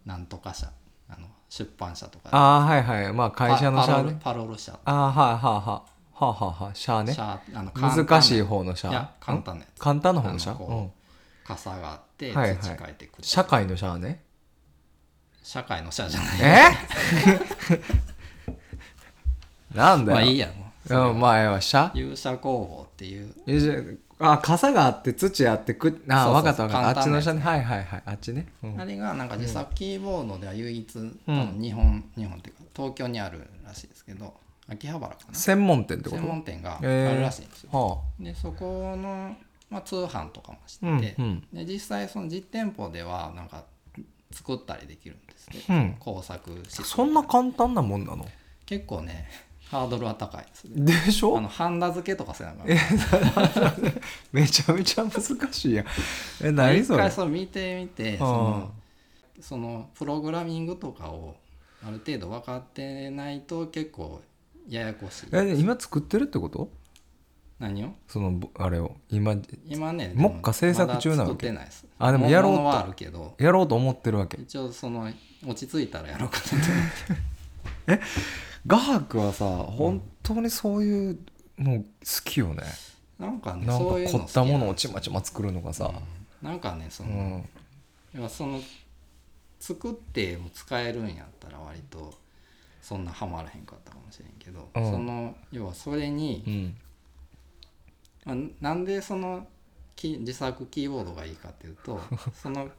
Speaker 2: なんとか社あの出版社とかで
Speaker 1: ああはいはいまあ会社の
Speaker 2: パ
Speaker 1: 社
Speaker 2: パロル
Speaker 1: ね
Speaker 2: パロル社
Speaker 1: ああはいはいはいはあはあはあ社ね
Speaker 2: シャーあの簡単な
Speaker 1: 難しい方の社
Speaker 2: いや簡単なやつ
Speaker 1: 簡単な方の社
Speaker 2: あのこ
Speaker 1: う
Speaker 2: うん傘があって
Speaker 1: はいはい
Speaker 2: 土書いてくる
Speaker 1: 社会の社ね
Speaker 2: 社会の社じゃない
Speaker 1: え なんだよ
Speaker 2: まあいいやもう
Speaker 1: うんまあええわ社
Speaker 2: 勇者工房っていう
Speaker 1: えじゃあ傘があって土あってくあ
Speaker 2: そうそうそ
Speaker 1: 分
Speaker 2: う
Speaker 1: かった分かったあっち
Speaker 2: 簡単な
Speaker 1: の
Speaker 2: やつ
Speaker 1: 社ねはいはいはいあっちねうん
Speaker 2: あれがなんか自作キーボードでは唯一、
Speaker 1: ん
Speaker 2: 日本日本っていうか東京にあるらしいですけど秋葉原かな
Speaker 1: 専門店ってこと
Speaker 2: 専門店があ
Speaker 1: えー
Speaker 2: るらしいんですよ、
Speaker 1: は
Speaker 2: でそこの、まあ、通販とかもして
Speaker 1: あうん
Speaker 2: て、
Speaker 1: うん
Speaker 2: で実際その実店舗ではなんか作ったりできるんですね、
Speaker 1: うん
Speaker 2: 工作して
Speaker 1: そんな簡単なもんなの
Speaker 2: 結構ね ハードルは高いですね
Speaker 1: でし
Speaker 2: あ
Speaker 1: ょ
Speaker 2: のハンダ付けとかせながら
Speaker 1: めちゃめちゃ難しいやんえ何
Speaker 2: 一
Speaker 1: それ
Speaker 2: 回そう見てみてそのそのプログラミングとかをある程度分かってないと結構ややこしい
Speaker 1: え今作ってるってこと
Speaker 2: 何を
Speaker 1: そのぼあれを今
Speaker 2: 今ね
Speaker 1: 目下制作中なわけ
Speaker 2: まだ作ってないです
Speaker 1: あでもやろうと
Speaker 2: 物はあるけど
Speaker 1: やろうと思ってるわけ
Speaker 2: 一応その落ち着いたらやろうか なと思って
Speaker 1: 画伯はさ本当にそういうの好きよね、
Speaker 2: なんかね
Speaker 1: なんか
Speaker 2: そういう
Speaker 1: 凝
Speaker 2: の好
Speaker 1: っ
Speaker 2: き
Speaker 1: たものをちまちま作るのがさ、
Speaker 2: なんかねそ
Speaker 1: うん
Speaker 2: の、要はその作っても使えるんやったら割とそんなハマらへんかったかもしれんけど、
Speaker 1: うん
Speaker 2: その要はそれ
Speaker 1: う
Speaker 2: に、
Speaker 1: ん
Speaker 2: まあなんでそのキ自作キーボードがいいかっていう とその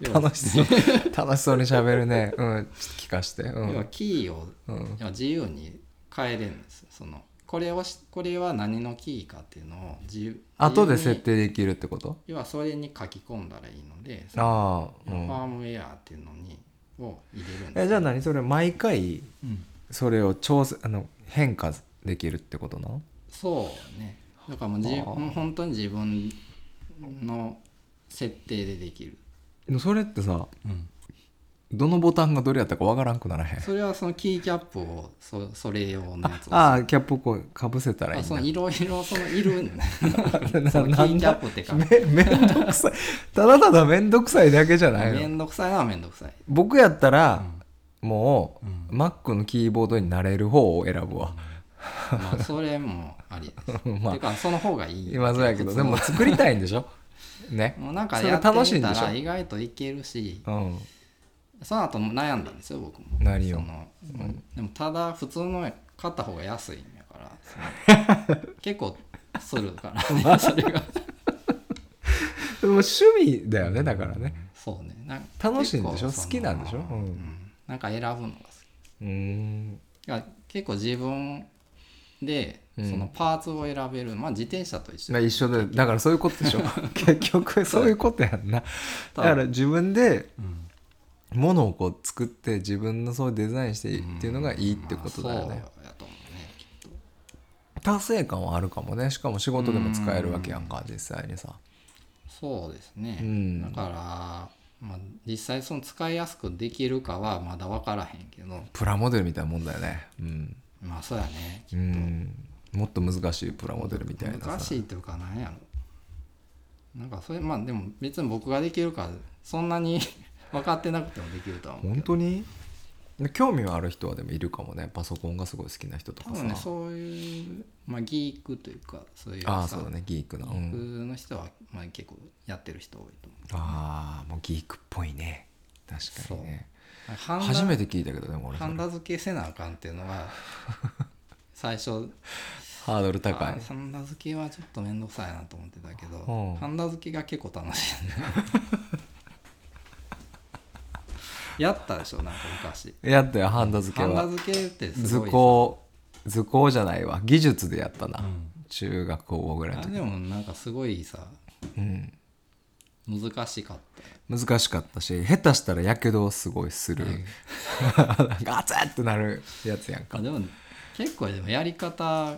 Speaker 2: 要は
Speaker 1: 楽しそう 楽しそうに喋るねうんちょっと聞かしてう
Speaker 2: 要は
Speaker 1: ん、
Speaker 2: キーを
Speaker 1: うん、
Speaker 2: 要は自由に変えれるんですよそのこれをしこれは何のキーかっていうのを自由
Speaker 1: 後で
Speaker 2: 自由
Speaker 1: 設
Speaker 2: に
Speaker 1: 定できるってこと
Speaker 2: 要はそれに書き込んだらいいのでその
Speaker 1: ああ、う
Speaker 2: ファ
Speaker 1: ん、
Speaker 2: ームウェアっていうのにを入れるんです
Speaker 1: えじゃあ何それ毎回
Speaker 2: うん
Speaker 1: それを調整あの変化できるってことなの
Speaker 2: そうねだからもう自
Speaker 1: あー
Speaker 2: もう本当に自分の設定でできる、
Speaker 1: でもそれってさどのボタンがどれやったかわからんくならへん
Speaker 2: それはそのキーキャップをそそれ用のやつを
Speaker 1: ああキャップをこうかぶせたらい
Speaker 2: あ
Speaker 1: いん
Speaker 2: そ
Speaker 1: だ
Speaker 2: のいろいろそのいるんだそのキ
Speaker 1: な
Speaker 2: ーキャップってか
Speaker 1: めめんどくさいただただめんどくさいだけじゃない
Speaker 2: め
Speaker 1: の
Speaker 2: んどくさいのはめんどくさい
Speaker 1: 僕やったら、もう、
Speaker 2: うん
Speaker 1: Mac のキーボードになれる方を選ぶわ、
Speaker 2: まあそれもありです
Speaker 1: まあ
Speaker 2: てかその方がいい
Speaker 1: 今そうやけどで
Speaker 2: 普通の
Speaker 1: も作りたいんでしょね
Speaker 2: もうなんか
Speaker 1: それ
Speaker 2: やって
Speaker 1: 楽しい
Speaker 2: み
Speaker 1: ん
Speaker 2: た
Speaker 1: でしょ
Speaker 2: ら意外といけるし
Speaker 1: うん
Speaker 2: その後も悩んだんですよ僕も
Speaker 1: 何を
Speaker 2: そのでもただ普通の買った方が安いんやから その結構するから、ね、それが
Speaker 1: でも趣味だよねだからね
Speaker 2: そうねなんか
Speaker 1: 楽しいんでしょ
Speaker 2: 結構その
Speaker 1: 好きなんでしょうん
Speaker 2: なんか選ぶのが好
Speaker 1: うーん
Speaker 2: きだから結構自分で
Speaker 1: うん
Speaker 2: そのパーツを選べる、まあ自転車と一緒
Speaker 1: まあ一緒でだからそういうことでしょ 結局そういうことやんなだ
Speaker 2: 多分
Speaker 1: から自分で
Speaker 2: うん
Speaker 1: ものをこう作って自分のそうデザインしてっていうのがいいってことだよ
Speaker 2: まあ
Speaker 1: ね
Speaker 2: そうやと思うねきっと
Speaker 1: 達成感はあるかもねしかも仕事でも使えるわけやんか実際にさ
Speaker 2: そうですね、
Speaker 1: うん
Speaker 2: だから、まあ、実際その使いやすくできるかはまだ分からへんけど
Speaker 1: プラモデルみたいなもんだよねうん、
Speaker 2: まあそうやね
Speaker 1: うん、もっと難しいプラモデルみたいなさ
Speaker 2: 難しいというかなんやろなんかそれまあでも別に僕ができるからそんなに 分かってなくてもできるとは思う
Speaker 1: 本
Speaker 2: けど
Speaker 1: 当にで興味はある人はでもいるかもねパソコンがすごい好きな人と
Speaker 2: 多
Speaker 1: かさ、
Speaker 2: 分ねそういう、まあ、ギークというかそういうさ
Speaker 1: ああそうだねギークな、う
Speaker 2: ギーク
Speaker 1: ん、
Speaker 2: の人は、まあ、結構やってる人多いと思
Speaker 1: ああもうギークっぽいね確かにね
Speaker 2: うハンダ
Speaker 1: 初めて聞いたけどでも俺そ
Speaker 2: ハ
Speaker 1: れ
Speaker 2: ンダ付けせなあかんっていうの は最初
Speaker 1: ハードル高
Speaker 2: あ
Speaker 1: い
Speaker 2: ハンダ付けはちょっと面倒くさいなと思ってたけど、
Speaker 1: うん
Speaker 2: ハンダ付けが結構楽し い、ね、やったでしょなんか昔
Speaker 1: やったよハンダ付け
Speaker 2: ハンダ
Speaker 1: は
Speaker 2: 付けってす
Speaker 1: 図
Speaker 2: ごい
Speaker 1: 工図工じゃないわ技術でやったな、
Speaker 2: ん
Speaker 1: 中学高校ぐらいの
Speaker 2: あ
Speaker 1: 時
Speaker 2: でもなんかすごいさ
Speaker 1: うん
Speaker 2: 難しかったよ
Speaker 1: 難しかったし下手したらやけどをすごいする、 ガツッってなるやつやんか
Speaker 2: あでも結構でもやり方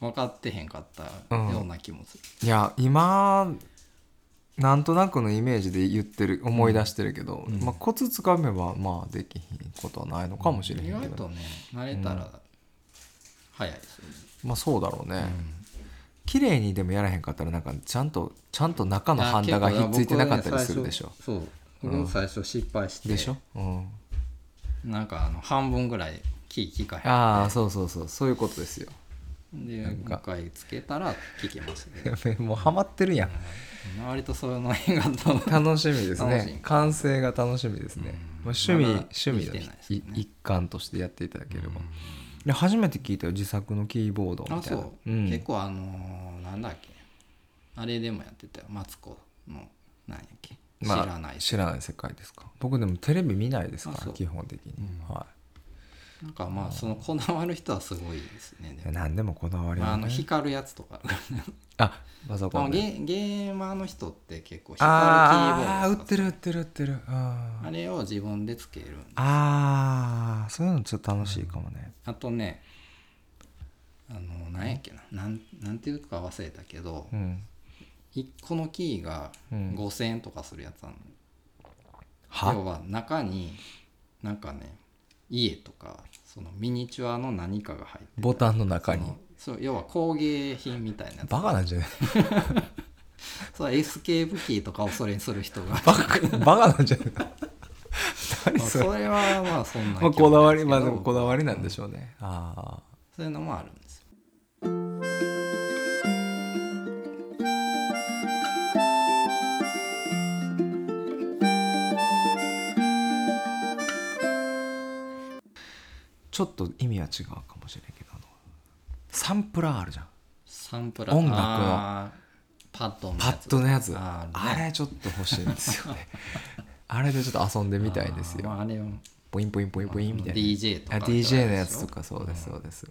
Speaker 2: 分かってへんかったような気もする、
Speaker 1: いや今なんとなくのイメージで言ってる思い出してるけど、まあ、コツつかめばまあできひんことはないのかもしれへ
Speaker 2: 意
Speaker 1: んけ
Speaker 2: 外
Speaker 1: ど、
Speaker 2: とね慣れたら早いですよね、
Speaker 1: まあそうだろうね、綺麗にでもやらへんかったらなんかちゃんとちゃんと中のハンダがひっついてなかったりするでしょ、
Speaker 2: そう僕も最初失敗して、
Speaker 1: でしょ、うん、
Speaker 2: なんかあの半分ぐらい木聞かへ
Speaker 1: ああそうそうそうそういうこと ですよ
Speaker 2: んで
Speaker 1: なんか
Speaker 2: 今回つけたら聞けましたけ ど
Speaker 1: もうハマってるやん
Speaker 2: 割とその辺がどう
Speaker 1: 楽しみです
Speaker 2: 楽し
Speaker 1: ね
Speaker 2: み
Speaker 1: 完成が楽しみですね、まあ、趣味、
Speaker 2: まだ
Speaker 1: 趣味の
Speaker 2: できてないですよね
Speaker 1: い一環としてやっていただければ、で初めて聞いたよ自作のキーボードみ
Speaker 2: あ
Speaker 1: た
Speaker 2: そ
Speaker 1: いうな、、ん、
Speaker 2: 結構あのーなんだっけあれでもやってたよマツコのなんやっけ知
Speaker 1: まあ
Speaker 2: らないし、
Speaker 1: 知らない世界ですか僕でもテレビ見ないですか
Speaker 2: あそ
Speaker 1: ら
Speaker 2: う
Speaker 1: 基本的に、は
Speaker 2: なんかまあそのこだわる人はすごいですね
Speaker 1: い
Speaker 2: で
Speaker 1: いや
Speaker 2: も、
Speaker 1: 何でもこだわり
Speaker 2: まあ、
Speaker 1: は
Speaker 2: あ
Speaker 1: ね
Speaker 2: の光るやつとか
Speaker 1: あパソ
Speaker 2: で
Speaker 1: コ
Speaker 2: も
Speaker 1: ン
Speaker 2: ゲ
Speaker 1: で
Speaker 2: ーゲーマーの人って結構光るキーボード
Speaker 1: ああー売ってる売ってる売ってるあ
Speaker 2: あれを自分でつける
Speaker 1: ああーそういうのちょっと楽しいかもね
Speaker 2: あとねあのなんやっけななんなんていうか忘れたけど、
Speaker 1: うん
Speaker 2: 一個のキーが
Speaker 1: うん
Speaker 2: 5,000円とかするやつなの、要
Speaker 1: は
Speaker 2: は中になんかね家とかそのミニチュアの何かが入ってる
Speaker 1: ボタンの中に
Speaker 2: そのそう要は工芸品みたいなやつ
Speaker 1: バカなんじゃない
Speaker 2: そうエスケープキーとかをそれにする 人が
Speaker 1: バカバカなんじゃない何
Speaker 2: まあ
Speaker 1: そ
Speaker 2: そ
Speaker 1: れ
Speaker 2: れはまあそんな
Speaker 1: まあこだわりまあでもこ
Speaker 2: そ
Speaker 1: だわりなんでしょうねああ
Speaker 2: ういうのもあるんですよ
Speaker 1: ちょっと意味は違うかもしれんけどあのサンプラーあるじゃん
Speaker 2: サンプラー
Speaker 1: 音楽の
Speaker 2: あーパッドのやつ
Speaker 1: パッドのやつ
Speaker 2: あ
Speaker 1: あ
Speaker 2: ーね
Speaker 1: れちょっと欲しいんです よねあれでちょっと遊んでみたいです
Speaker 2: あーま
Speaker 1: よ
Speaker 2: ああれを
Speaker 1: ポインポインポインポインみたいな
Speaker 2: DJ とか
Speaker 1: あ
Speaker 2: ってやつでしょ
Speaker 1: DJ のやつとかそうですそうです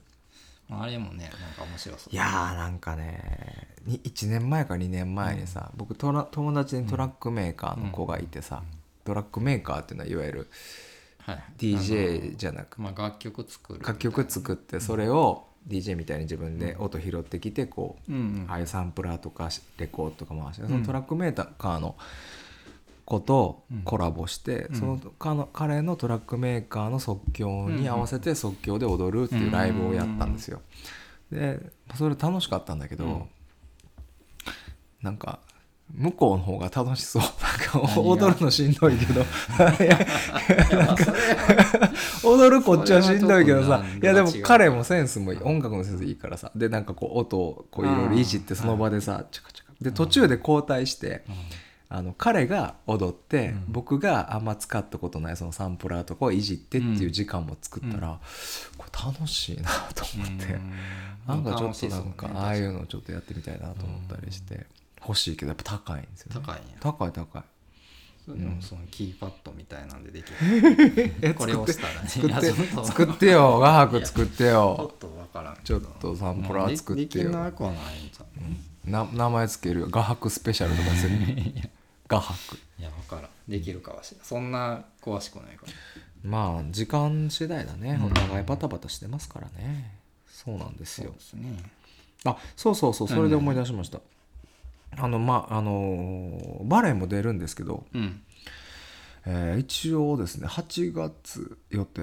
Speaker 2: あれもねなんか面白そう
Speaker 1: いやーなんかねに1年前か2年前にさ、僕トラ友達にトラックメーカーの子がいてさ、トラックメーカーっていうのはいわゆる
Speaker 2: はい
Speaker 1: DJ じゃなく
Speaker 2: まあ楽曲作る
Speaker 1: 楽曲作ってそれを DJ みたいに自分で音拾ってきてこう、
Speaker 2: うんうん
Speaker 1: ああいうサンプラーとかレコードとか回して、そのトラックメーカーの子とコラボして、その彼の彼のトラックメーカーの即興に合わせて即興で踊るっていうライブをやったんですよ。でそれ楽しかったんだけど、
Speaker 2: ん
Speaker 1: なんか向こうの方が楽し そうなんか
Speaker 2: 何が
Speaker 1: 踊るのしんどいけ どいや なんか踊るこっちはしんどいけどさ
Speaker 2: そ
Speaker 1: い
Speaker 2: れ
Speaker 1: やで
Speaker 2: はちょっとな
Speaker 1: も彼もセンスもいい音楽のセンスいいからさでなんかこう音をこういろいろいじってその場でさチャカチャカで途中で交代して、あの彼が踊って、僕があんま使ったことないそのサンプラーとかをいじってっていう時間も作ったら、これ楽しいなと思って、なんかちょっとなんかああいううのちょっとやってみたいなと思ったりして欲しいけどやっぱ高いんですよね
Speaker 2: 高いんや
Speaker 1: 高い高い
Speaker 2: それでもそのキーパッドみたいなんでできる、
Speaker 1: え
Speaker 2: これをしたらね
Speaker 1: 作って
Speaker 2: いやちょっと
Speaker 1: 作ってよ画伯作って
Speaker 2: ちょ
Speaker 1: よ
Speaker 2: っとわからんけ
Speaker 1: ちょ
Speaker 2: ど
Speaker 1: っとサンプラー作って
Speaker 2: でできな
Speaker 1: よ
Speaker 2: くはないんじゃん、
Speaker 1: な名前つけるよ画伯スペシャルとかす る画伯
Speaker 2: いやわからんできるかはしれんそんな詳しくないから
Speaker 1: まあ時間次第だねお互いバタバタしてますからねそうなんですよ
Speaker 2: ですね
Speaker 1: あそうそうそうそれで思い出しました、あのまああのーバレエも出るんですけど、
Speaker 2: うん
Speaker 1: えー一応ですね8月予定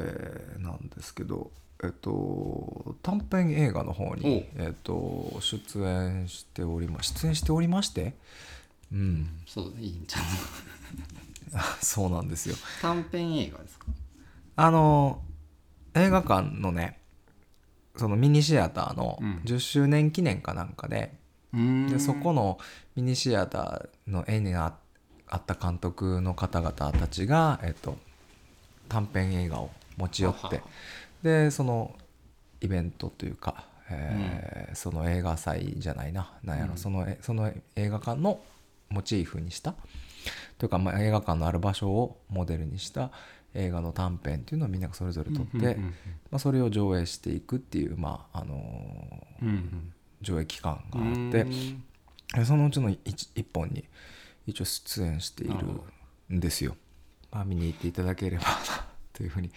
Speaker 1: なんですけどえっと短編映画の方に、えっと、出演しておりま出演しておりましてうん
Speaker 2: そういいんじゃん
Speaker 1: あそうなんですよ
Speaker 2: 短編映画ですか
Speaker 1: あの映画館のねそのミニシアターの
Speaker 2: うん
Speaker 1: 10周年記念かなんかで,、でそこのミニシアターの絵にああった監督の方々たちが、えっと、短編映画を持ち寄
Speaker 2: は
Speaker 1: っ
Speaker 2: は
Speaker 1: てでそのイベントというか、えーその映画祭じゃないななんやろ、
Speaker 2: うん
Speaker 1: そのえその映画館のモチーフにしたというか、まあ、映画館のある場所をモデルにした映画の短編っていうのをみんながそれぞれ撮って、
Speaker 2: うんうん
Speaker 1: まあ、それを上映していくっていう、まああのー
Speaker 2: うんうん
Speaker 1: 上映期間
Speaker 2: う
Speaker 1: があ
Speaker 2: ん
Speaker 1: って
Speaker 2: う、ん
Speaker 1: でそのうちの 1, 本に一応出演している
Speaker 2: なるほ
Speaker 1: んですよ。まあ、見に行っていただければなというふうに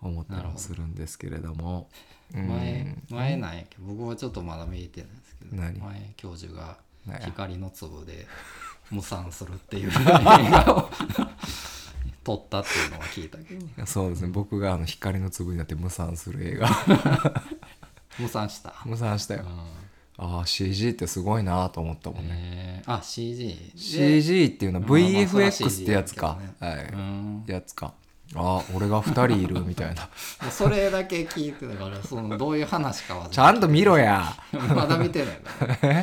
Speaker 1: 思った
Speaker 2: なる
Speaker 1: り
Speaker 2: ほ
Speaker 1: も
Speaker 2: ど
Speaker 1: するんですけれども。うん
Speaker 2: 前前なんやけど僕はちょっとまだ見えてないですけど
Speaker 1: 何
Speaker 2: 前教授が
Speaker 1: 何や
Speaker 2: 光の 粒で無惨するっていう映画を 撮ったっていうのは聞いたけど
Speaker 1: そうですね僕があの光の粒になって無惨する映画
Speaker 2: 無惨した、う
Speaker 1: 無惨したよ、
Speaker 2: ん
Speaker 1: ああ CG ってすごいなと思ったもんね、
Speaker 2: えーあ CG で
Speaker 1: CG っていうのは
Speaker 2: まあまあそれは
Speaker 1: VFX ってやつか
Speaker 2: CG や、け
Speaker 1: は
Speaker 2: う
Speaker 1: い
Speaker 2: ん
Speaker 1: やつかああ俺が2人いるみたいな
Speaker 2: それだけ聞いてたからそのどういう話かは
Speaker 1: ちゃんと見ろや
Speaker 2: まだ見てないから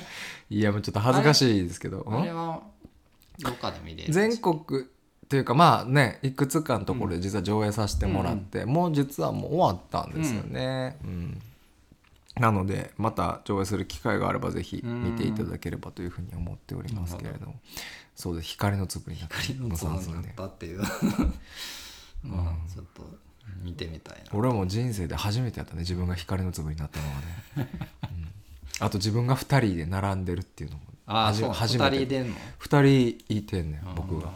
Speaker 1: いやもうちょっと恥ずかしいですけどん
Speaker 2: あれはどっかで見れる
Speaker 1: 全国というかまあねいくつかのところで実は上映させてもらって、もう実はもう終わったんですよね、うんなのでまた上映する機会があればぜひ見ていただければというふうに思っておりますけれども、そうです光の粒になって
Speaker 2: 光の
Speaker 1: もう
Speaker 2: 粒
Speaker 1: さ
Speaker 2: に
Speaker 1: そう
Speaker 2: なっ
Speaker 1: ね
Speaker 2: たっ ていうまあちょっと見てみたいな
Speaker 1: 俺はもう人生で初めてやったね自分が光の粒になったのはね、 うんあと自分が2人で並んでるっていうのも
Speaker 2: ああ
Speaker 1: はじ
Speaker 2: そう
Speaker 1: 初
Speaker 2: 2
Speaker 1: め
Speaker 2: 人
Speaker 1: て
Speaker 2: 出んの
Speaker 1: 2人いてんねん僕が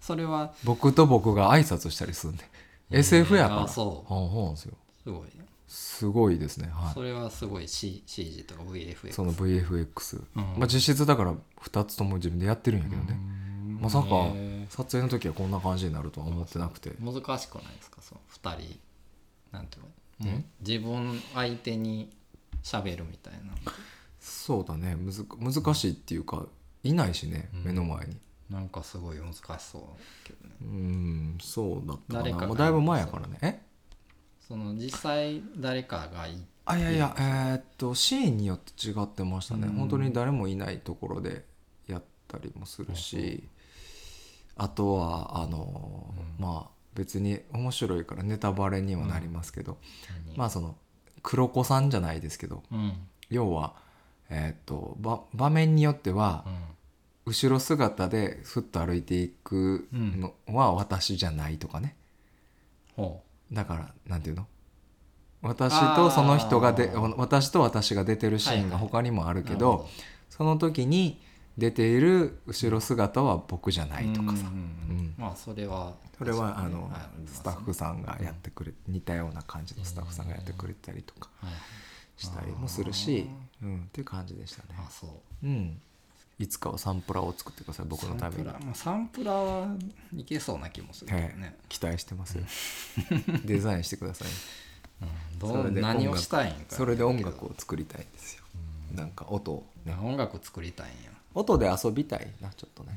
Speaker 2: それは
Speaker 1: 僕と僕が挨拶したりすんねん SF やから
Speaker 2: あそ
Speaker 1: あ
Speaker 2: う
Speaker 1: そうなんですよ
Speaker 2: すごい
Speaker 1: すごいですねはい
Speaker 2: それはすごい、C、CG とか VFX
Speaker 1: その VFX、
Speaker 2: うん
Speaker 1: まあ、実質だから2つとも自分でやってるんやけどね、まさか
Speaker 2: へ
Speaker 1: 撮影の時はこんな感じになるとは思ってなくて
Speaker 2: 難しくないですかその2人なんていうのもう自分相手に喋るみたい
Speaker 1: そうだねむず難しいっていうかいないしね
Speaker 2: うん
Speaker 1: 目の前に
Speaker 2: ななんかすごい難しそうだけどね
Speaker 1: うんそうだったか
Speaker 2: 誰
Speaker 1: な
Speaker 2: かが
Speaker 1: もうだいぶ前やからねえ
Speaker 2: その実際誰かがい
Speaker 1: あいやいやえーっとシーンによって違ってましたね、
Speaker 2: うん
Speaker 1: 本当に誰もいないところでやったりもするし、あとはあのーまあ別に面白いからネタバレにはなりますけど、まあその黒子さんじゃないですけど
Speaker 2: うんうん
Speaker 1: 要は、えーっとば場面によっては後ろ姿でふっと歩いていくのは私じゃないとかね
Speaker 2: ほ
Speaker 1: だからなんていうの私とその人がで
Speaker 2: あー
Speaker 1: 私と私が出てるシーンが
Speaker 2: はいはい
Speaker 1: 他にもある
Speaker 2: う
Speaker 1: けど,、その時に出ている後ろ姿は僕じゃないとかさ、
Speaker 2: うんうんうん
Speaker 1: うん
Speaker 2: まあそれは
Speaker 1: それはあの、
Speaker 2: はいりますね
Speaker 1: スタッフさんがやってくれ、似たような感じのスタッフさんがやってくれたりとか
Speaker 2: はい
Speaker 1: したりもするし、うん、っていう感じでしたね。
Speaker 2: あそう
Speaker 1: うん、いつかはサンプラーを作ってください僕のために
Speaker 2: サンプ。ラーまあサンプラーはいけそうな気もするけど
Speaker 1: はい
Speaker 2: ね、
Speaker 1: 期待してますよデザインしてくださ い
Speaker 2: ど
Speaker 1: それ
Speaker 2: う
Speaker 1: で音楽
Speaker 2: 何をしたいんか
Speaker 1: それで音楽を作りたいんですよなんか音をね
Speaker 2: あ音楽作りたいんや
Speaker 1: 音で遊びたいなちょっとね、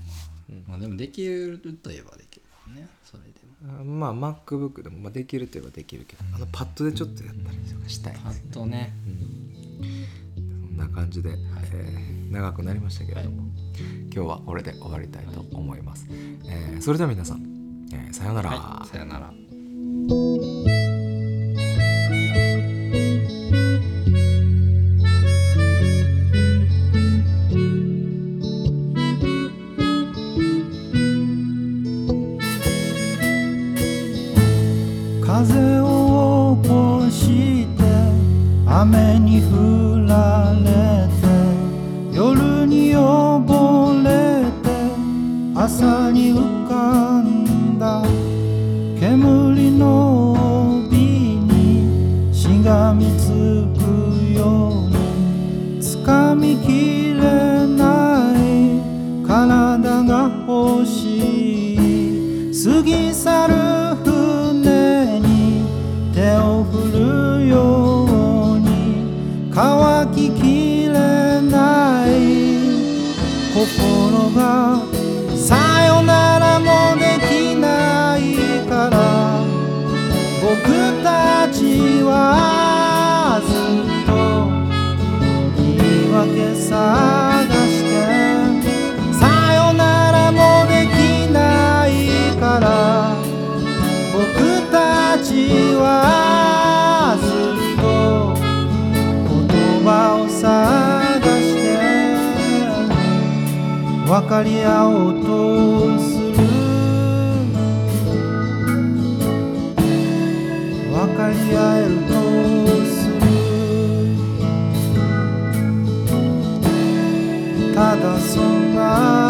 Speaker 2: まあ、でもできるといえばできるもんねそれでも
Speaker 1: うんまあ MacBook でも、まあ、できるといえばできるけどあのパッドでちょっとやったりとかしたいん
Speaker 2: パ
Speaker 1: ですよ
Speaker 2: ッとね
Speaker 1: そんな感じで、えー長くなりましたけれども、今日はこれで終わりたいと思います、えーそれでは皆さん、えーさようなら、
Speaker 2: はいさよなら
Speaker 3: 風を起こして雨に降られて夜に溺れて朝に浮かんだ煙の帯にしがみつくようにつかみきれない体が欲しい過ぎ去る船に手を振るように乾ききれない心がさよならもできないから僕たちはずっと言い訳探してさよならもできないから僕たちはずっと言葉を探して分かり合おうとする分かり合えるとするただそんな